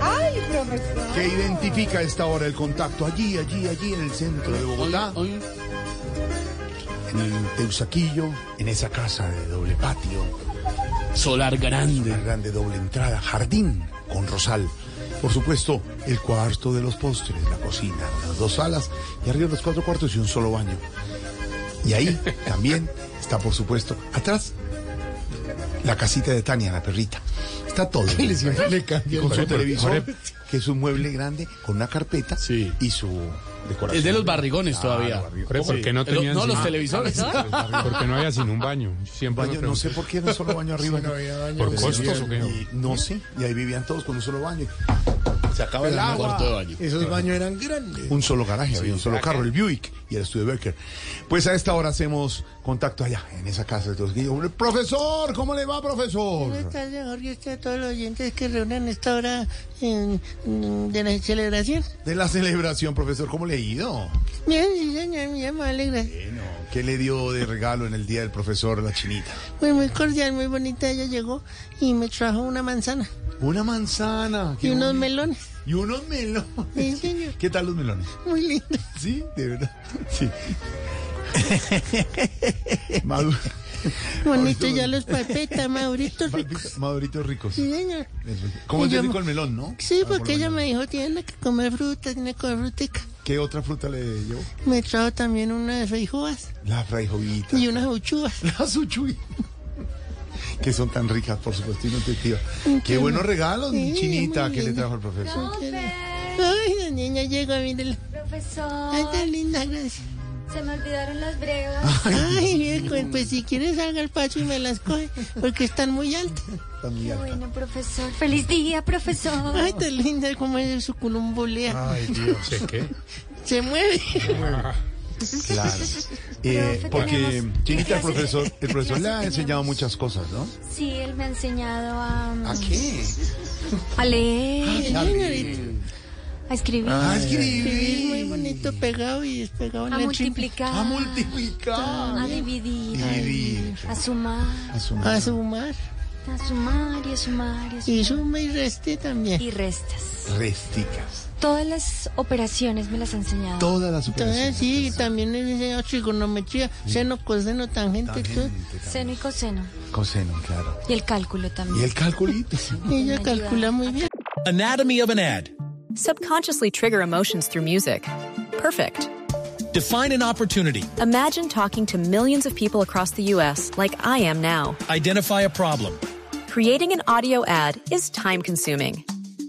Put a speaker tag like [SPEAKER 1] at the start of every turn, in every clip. [SPEAKER 1] ¡Ay, profesor!
[SPEAKER 2] ¿Qué identifica a esta hora el contacto? Allí, allí, allí en el centro de Bogotá, en el Teusaquillo, en esa casa de doble patio,
[SPEAKER 3] Solar
[SPEAKER 2] una
[SPEAKER 3] grande.
[SPEAKER 2] grande doble entrada, jardín con rosal. Por supuesto, el cuarto de los postres, la cocina, las dos salas y arriba los cuatro cuartos y un solo baño. Y ahí también está, por supuesto, atrás la casita de Tania, la perrita. Está todo.
[SPEAKER 4] le cambia
[SPEAKER 2] Y
[SPEAKER 4] el
[SPEAKER 2] con su
[SPEAKER 4] nombre.
[SPEAKER 2] televisor, que es un mueble grande con una carpeta
[SPEAKER 3] Sí.
[SPEAKER 2] y su decoración. Ah,
[SPEAKER 3] El de los barrigones todavía.
[SPEAKER 4] Jorge, ¿por qué no
[SPEAKER 3] El-
[SPEAKER 4] tenían
[SPEAKER 3] no, los
[SPEAKER 4] sino-
[SPEAKER 3] televisores.
[SPEAKER 4] Porque no había sin un baño. Siempre
[SPEAKER 2] Baño,
[SPEAKER 4] me
[SPEAKER 2] no sé por qué era un solo baño arriba.
[SPEAKER 4] Sí, no había baño.
[SPEAKER 2] Por
[SPEAKER 4] ¿Por
[SPEAKER 2] costos
[SPEAKER 4] costos o qué?
[SPEAKER 2] Y, no sé, y ahí vivían todos con un solo baño. Se acaba el agua.
[SPEAKER 3] cuarto de baño.
[SPEAKER 4] Esos baños eran grandes.
[SPEAKER 2] Un solo garaje, había un solo carro, el Buick y el Studebaker. Pues a esta hora hacemos contacto allá, en esa casa de todos. Y yo, Profesor, ¿cómo le va,
[SPEAKER 5] Buenas
[SPEAKER 2] profesor?
[SPEAKER 5] tardes, Jorge, usted a todos los oyentes que reúnen esta hora en- en- de la celebración.
[SPEAKER 2] De la celebración, profesor, ¿cómo le ha ido?
[SPEAKER 5] Bien, sí, señor, bien, me alegra.
[SPEAKER 2] Bueno, ¿qué le dio de regalo en el día del profesor la chinita?
[SPEAKER 5] Muy, muy cordial, muy bonita. Ella llegó y me trajo una manzana
[SPEAKER 2] Una manzana. qué
[SPEAKER 5] y unos
[SPEAKER 2] bonito.
[SPEAKER 5] melones.
[SPEAKER 2] Y unos melones.
[SPEAKER 5] Sí, señor.
[SPEAKER 2] ¿Qué tal los melones?
[SPEAKER 5] Muy lindo.
[SPEAKER 2] Sí, de verdad. Sí. Maduro.
[SPEAKER 5] Bonito, ya los papetas, maduritos ricos.
[SPEAKER 2] Maduritos ricos.
[SPEAKER 5] Sí, señor.
[SPEAKER 2] ¿Cómo
[SPEAKER 5] Y
[SPEAKER 2] te
[SPEAKER 5] yo-
[SPEAKER 2] dijo el melón, no?
[SPEAKER 5] Sí,
[SPEAKER 2] Ah, por
[SPEAKER 5] porque
[SPEAKER 2] la
[SPEAKER 5] ella
[SPEAKER 2] mañana.
[SPEAKER 5] me dijo, tiene que comer fruta, tiene que comer frutica.
[SPEAKER 2] ¿Qué otra fruta le llevó?
[SPEAKER 5] Me trajo también unas feijoas
[SPEAKER 2] Las fraijovita.
[SPEAKER 5] y unas uchuvas.
[SPEAKER 2] Las uchuy. Que son tan ricas, por supuesto, y nutritivas. Qué buenos regalos, mi
[SPEAKER 5] Sí,
[SPEAKER 2] chinita,
[SPEAKER 5] muy
[SPEAKER 2] que le
[SPEAKER 5] lindo.
[SPEAKER 2] trajo el profesor.
[SPEAKER 5] Ay, la niña llegó, mírela. Ay,
[SPEAKER 6] Profesor,
[SPEAKER 5] tan Ah. linda, gracias.
[SPEAKER 6] se me olvidaron las brevas.
[SPEAKER 5] Ay, viejo, pues si quieres salga al patio y me las coge, porque están muy altas.
[SPEAKER 2] Está muy alta.
[SPEAKER 6] Bueno, profesor, feliz día, profesor.
[SPEAKER 5] Ay, tan linda como es su columbolea.
[SPEAKER 2] Ay, Dios.
[SPEAKER 4] ¿Qué?
[SPEAKER 5] Se mueve.
[SPEAKER 4] Ah,
[SPEAKER 2] Claro. Eh,
[SPEAKER 6] Profe,
[SPEAKER 2] porque,
[SPEAKER 6] tenemos-
[SPEAKER 2] chinita, el profesor, el profesor le
[SPEAKER 6] clase
[SPEAKER 2] ha enseñado
[SPEAKER 6] tenemos?
[SPEAKER 2] muchas cosas, ¿no?
[SPEAKER 6] Sí, él me ha enseñado a,
[SPEAKER 2] ¿A qué?
[SPEAKER 6] a leer, a escribir,
[SPEAKER 2] A
[SPEAKER 5] Es muy
[SPEAKER 2] escribir.
[SPEAKER 5] bonito pegado y despegado en
[SPEAKER 6] a
[SPEAKER 5] el triple.
[SPEAKER 6] multiplicar,
[SPEAKER 2] A multiplicar.
[SPEAKER 6] a dividir,
[SPEAKER 2] Dividir.
[SPEAKER 6] a sumar,
[SPEAKER 2] A sumar.
[SPEAKER 5] A sumar.
[SPEAKER 6] a sumar y a sumar y a sumar.
[SPEAKER 5] Y suma y reste también.
[SPEAKER 6] Y restas.
[SPEAKER 2] Resticas.
[SPEAKER 6] Todas las operaciones me las ha enseñado.
[SPEAKER 2] Todas las
[SPEAKER 5] Entonces,
[SPEAKER 2] operaciones.
[SPEAKER 5] Ah, sí, y también les he enseñado trigonometría, seno, coseno, tangente, todo.
[SPEAKER 6] Seno y coseno.
[SPEAKER 2] Coseno, claro.
[SPEAKER 6] Y el cálculo también.
[SPEAKER 2] Y el calculito.
[SPEAKER 5] Ella calcula muy bien.
[SPEAKER 7] Anatomy of an ad.
[SPEAKER 8] Subconsciously trigger emotions through music. Perfect.
[SPEAKER 7] Define an opportunity.
[SPEAKER 8] Imagine talking to millions of people across the U.S. like I am now.
[SPEAKER 7] Identify a problem.
[SPEAKER 8] Creating an audio ad is time consuming.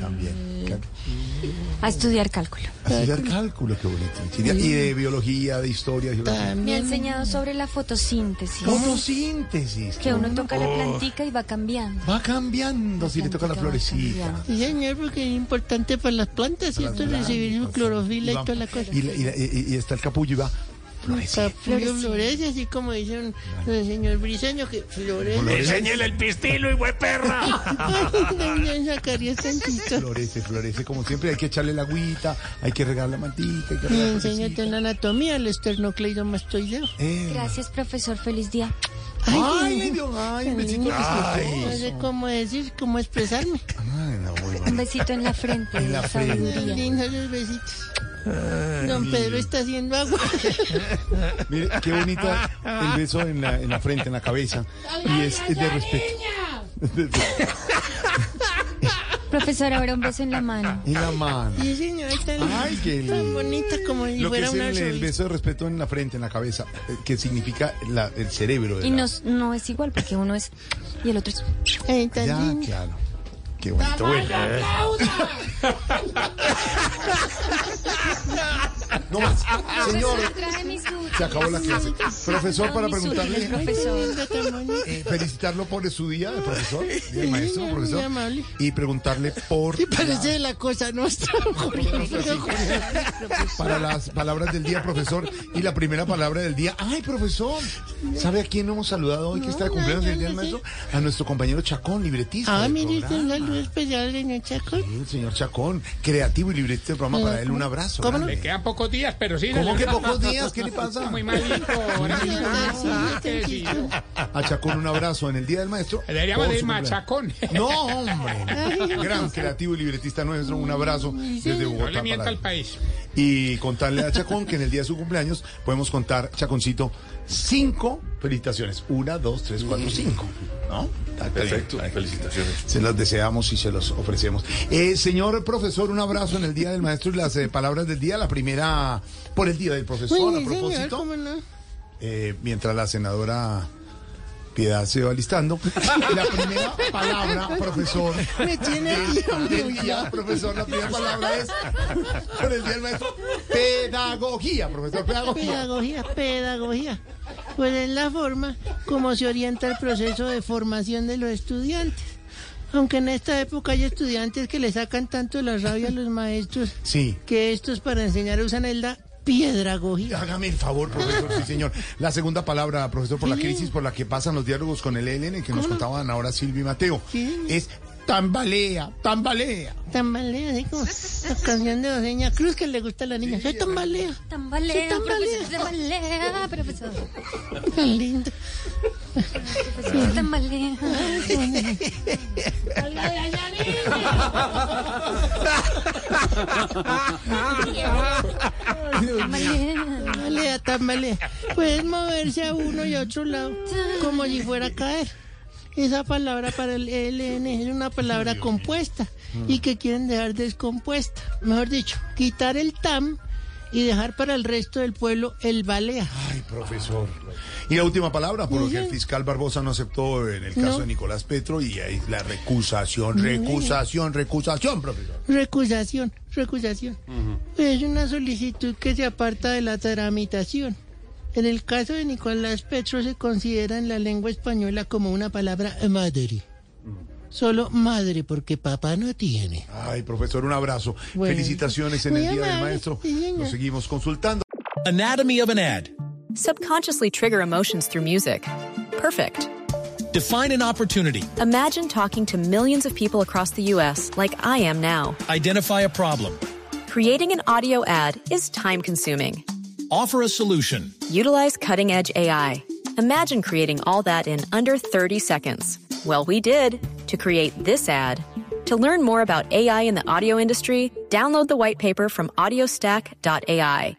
[SPEAKER 2] También. claro.
[SPEAKER 6] A estudiar cálculo.
[SPEAKER 2] Así el cálculo, qué bonito. Y de, y de biología, de historia, de geografía.
[SPEAKER 6] Me ha
[SPEAKER 5] También.
[SPEAKER 6] enseñado sobre la fotosíntesis.
[SPEAKER 2] Fotosíntesis.
[SPEAKER 6] Que uno
[SPEAKER 2] qué Oh,
[SPEAKER 6] toca la plantica y va cambiando.
[SPEAKER 2] Va cambiando si le toca la
[SPEAKER 6] Plantica va
[SPEAKER 2] florecita.
[SPEAKER 5] Sí, señor, porque es importante para las plantas, ¿cierto? Recibir su clorofila y
[SPEAKER 2] va-
[SPEAKER 5] toda la cosa.
[SPEAKER 2] Y, la- y la- y- y está el capullo y va florecita.
[SPEAKER 5] Capullo florece, así como dice un- el señor Briseño, que florece.
[SPEAKER 3] Enséñele el pistilo, y buen perra.
[SPEAKER 5] Ay, ya sacaría tantito.
[SPEAKER 2] Florece, florece. Como siempre, hay que echarle la agüita, hay que regar la mantita. hay que
[SPEAKER 5] Y
[SPEAKER 2] regar la
[SPEAKER 5] enséñate
[SPEAKER 2] florecita.
[SPEAKER 5] la anatomía, el esternocleidomastoideo.
[SPEAKER 2] Eh.
[SPEAKER 6] Gracias, profesor. Feliz día.
[SPEAKER 2] Ay, le dio- ay, un besito.
[SPEAKER 5] No
[SPEAKER 2] Ay,
[SPEAKER 5] sé cómo decir, cómo expresarme.
[SPEAKER 2] Ay, no, muy
[SPEAKER 6] Un
[SPEAKER 2] bueno.
[SPEAKER 6] besito en la frente.
[SPEAKER 2] En la frente.
[SPEAKER 5] Ay,
[SPEAKER 6] Sabiduría.
[SPEAKER 5] lindos los besitos. Don Pedro está haciendo agua.
[SPEAKER 2] Mire, qué bonita el beso en la, en la frente, en la cabeza. Y es, es de respeto.
[SPEAKER 6] Profesor, ahora un beso en la mano.
[SPEAKER 2] En la mano.
[SPEAKER 5] Sí, señor, está
[SPEAKER 2] Ay, qué
[SPEAKER 5] tan
[SPEAKER 2] lindo.
[SPEAKER 5] bonita como si
[SPEAKER 2] Lo que
[SPEAKER 5] fuera
[SPEAKER 2] es
[SPEAKER 5] una
[SPEAKER 2] el, el
[SPEAKER 5] arzobispado.
[SPEAKER 2] beso de respeto en la frente, en la cabeza, eh, que significa la- el cerebro. de
[SPEAKER 6] Y
[SPEAKER 2] la-
[SPEAKER 6] nos, no es igual porque uno es y el otro es.
[SPEAKER 5] Ay, tan
[SPEAKER 2] Ya,
[SPEAKER 5] lindo.
[SPEAKER 2] claro. Qué bonito. Bueno. ¿eh? No más. Señor,
[SPEAKER 6] Profesor, traje mis dulces.
[SPEAKER 2] se acabó la clase. Profesor,
[SPEAKER 6] No,
[SPEAKER 2] para
[SPEAKER 6] mis dulces,
[SPEAKER 2] preguntarle,
[SPEAKER 6] Profesor,
[SPEAKER 2] eh, felicitarlo por su día, el profesor, el maestro,
[SPEAKER 5] muy
[SPEAKER 2] profesor,
[SPEAKER 5] amable.
[SPEAKER 2] y preguntarle por
[SPEAKER 5] Y parece la cosa nuestra, Julio.
[SPEAKER 2] para las palabras del día, profesor, y la primera palabra del día. Ay, profesor, ¿sabe a quién hemos saludado hoy que está de
[SPEAKER 5] No,
[SPEAKER 2] cumpleaños
[SPEAKER 5] no,
[SPEAKER 2] el día
[SPEAKER 5] no
[SPEAKER 2] del
[SPEAKER 5] sé.
[SPEAKER 2] maestro? A nuestro compañero Chacón, libretista.
[SPEAKER 5] Ah,
[SPEAKER 2] del
[SPEAKER 5] mire, este es un
[SPEAKER 2] programa.
[SPEAKER 5] saludo especial de Ño Chacón.
[SPEAKER 2] Sí, El señor Chacón, creativo y libretista del programa, para él un abrazo.
[SPEAKER 5] ¿Cómo no?
[SPEAKER 2] grande.
[SPEAKER 4] Quedan pocos días, pero sí.
[SPEAKER 2] ¿Cómo que pocos días? ¿Qué le pasa?
[SPEAKER 4] Muy malito.
[SPEAKER 2] Ah,
[SPEAKER 4] ahora ah,
[SPEAKER 5] Sí,
[SPEAKER 4] mismo.
[SPEAKER 5] sí, sí, sí, sí.
[SPEAKER 2] A Chacón un abrazo en el Día del Maestro.
[SPEAKER 4] Deberíamos
[SPEAKER 2] Por
[SPEAKER 4] de ir
[SPEAKER 2] su cumpleaños.
[SPEAKER 4] machacón.
[SPEAKER 2] No, hombre. Gran creativo y libretista nuestro, un abrazo desde Bogotá.
[SPEAKER 4] No le mienta
[SPEAKER 2] para
[SPEAKER 4] al
[SPEAKER 2] él.
[SPEAKER 4] país.
[SPEAKER 2] Y contarle a Chacón que en el día de su cumpleaños podemos contar, Chaconcito, cinco felicitaciones. Una, dos, tres, cuatro, cinco. ¿No? Perfecto, felicitaciones. Se las deseamos y se las ofrecemos. Eh, señor profesor, un abrazo en el Día del Maestro y las eh, palabras del día. La primera por el Día del Profesor,
[SPEAKER 5] Uy,
[SPEAKER 2] a
[SPEAKER 5] señor,
[SPEAKER 2] propósito.
[SPEAKER 5] ¿cómo no?
[SPEAKER 2] Eh, mientras la senadora Piedad se va listando, la primera palabra, profesor.
[SPEAKER 5] Me tiene aquí, hombre,
[SPEAKER 2] del día, profesor, la primera palabra es por el día del maestro. Pedagogía, profesor, pedagogía.
[SPEAKER 5] Pedagogía, pedagogía. Pues es la forma como se orienta el proceso de formación de los estudiantes. Aunque en esta época hay estudiantes que le sacan tanto la rabia a los maestros
[SPEAKER 2] Sí.
[SPEAKER 5] que estos para enseñar usan el da piedragogía.
[SPEAKER 2] Hágame el favor, profesor, sí, señor. La segunda palabra, profesor, por la
[SPEAKER 5] Sí.
[SPEAKER 2] crisis por la que pasan los diálogos con el ELN que nos contaban ahora Silvia y Mateo,
[SPEAKER 5] Sí.
[SPEAKER 2] es tambalea, tambalea.
[SPEAKER 5] Tambalea, así como la canción de Doña Cruz que le gusta a la niña. Soy tambalea.
[SPEAKER 6] tambalea,
[SPEAKER 5] Sí, tambalea.
[SPEAKER 6] profesor, tambalea, profesor.
[SPEAKER 5] Tan lindo.
[SPEAKER 6] Profesor, tambalea. Tambalea.
[SPEAKER 5] Tambalea, tambalea. Puedes moverse a uno y a otro lado como si fuera a caer. Esa palabra para el ELN es una palabra compuesta y que quieren dejar descompuesta. Mejor dicho, quitar el tam y dejar para el resto del pueblo el balea.
[SPEAKER 2] Ay, profesor. Y la última palabra, por lo que el fiscal Barbosa no aceptó en el caso
[SPEAKER 5] No.
[SPEAKER 2] de Nicolás Petro y ahí la recusación, recusación, recusación, profesor.
[SPEAKER 5] Recusación, recusación. Es una solicitud que se aparta de la tramitación. En el caso de Nicolás Petro se considera en la lengua española como una palabra madre. Solo madre porque papá no tiene.
[SPEAKER 2] Ay, profesor, un abrazo.
[SPEAKER 5] Bueno.
[SPEAKER 2] Felicitaciones en
[SPEAKER 5] Muy
[SPEAKER 2] el Día del
[SPEAKER 5] amable,
[SPEAKER 2] Maestro.
[SPEAKER 5] sí, señor.
[SPEAKER 2] Nos seguimos consultando.
[SPEAKER 7] Anatomy of an ad.
[SPEAKER 8] Subconsciously trigger emotions through music. Perfect.
[SPEAKER 7] Define an opportunity.
[SPEAKER 8] Imagine talking to millions of people across the U.S. like I am now.
[SPEAKER 7] Identify a problem.
[SPEAKER 8] Creating an audio ad is time consuming.
[SPEAKER 7] Offer a solution.
[SPEAKER 8] Utilize cutting edge AI. Imagine creating all that in under 30 seconds. Well, we did to create this ad. To learn more about AI in the audio industry, download the white paper from audiostack.ai.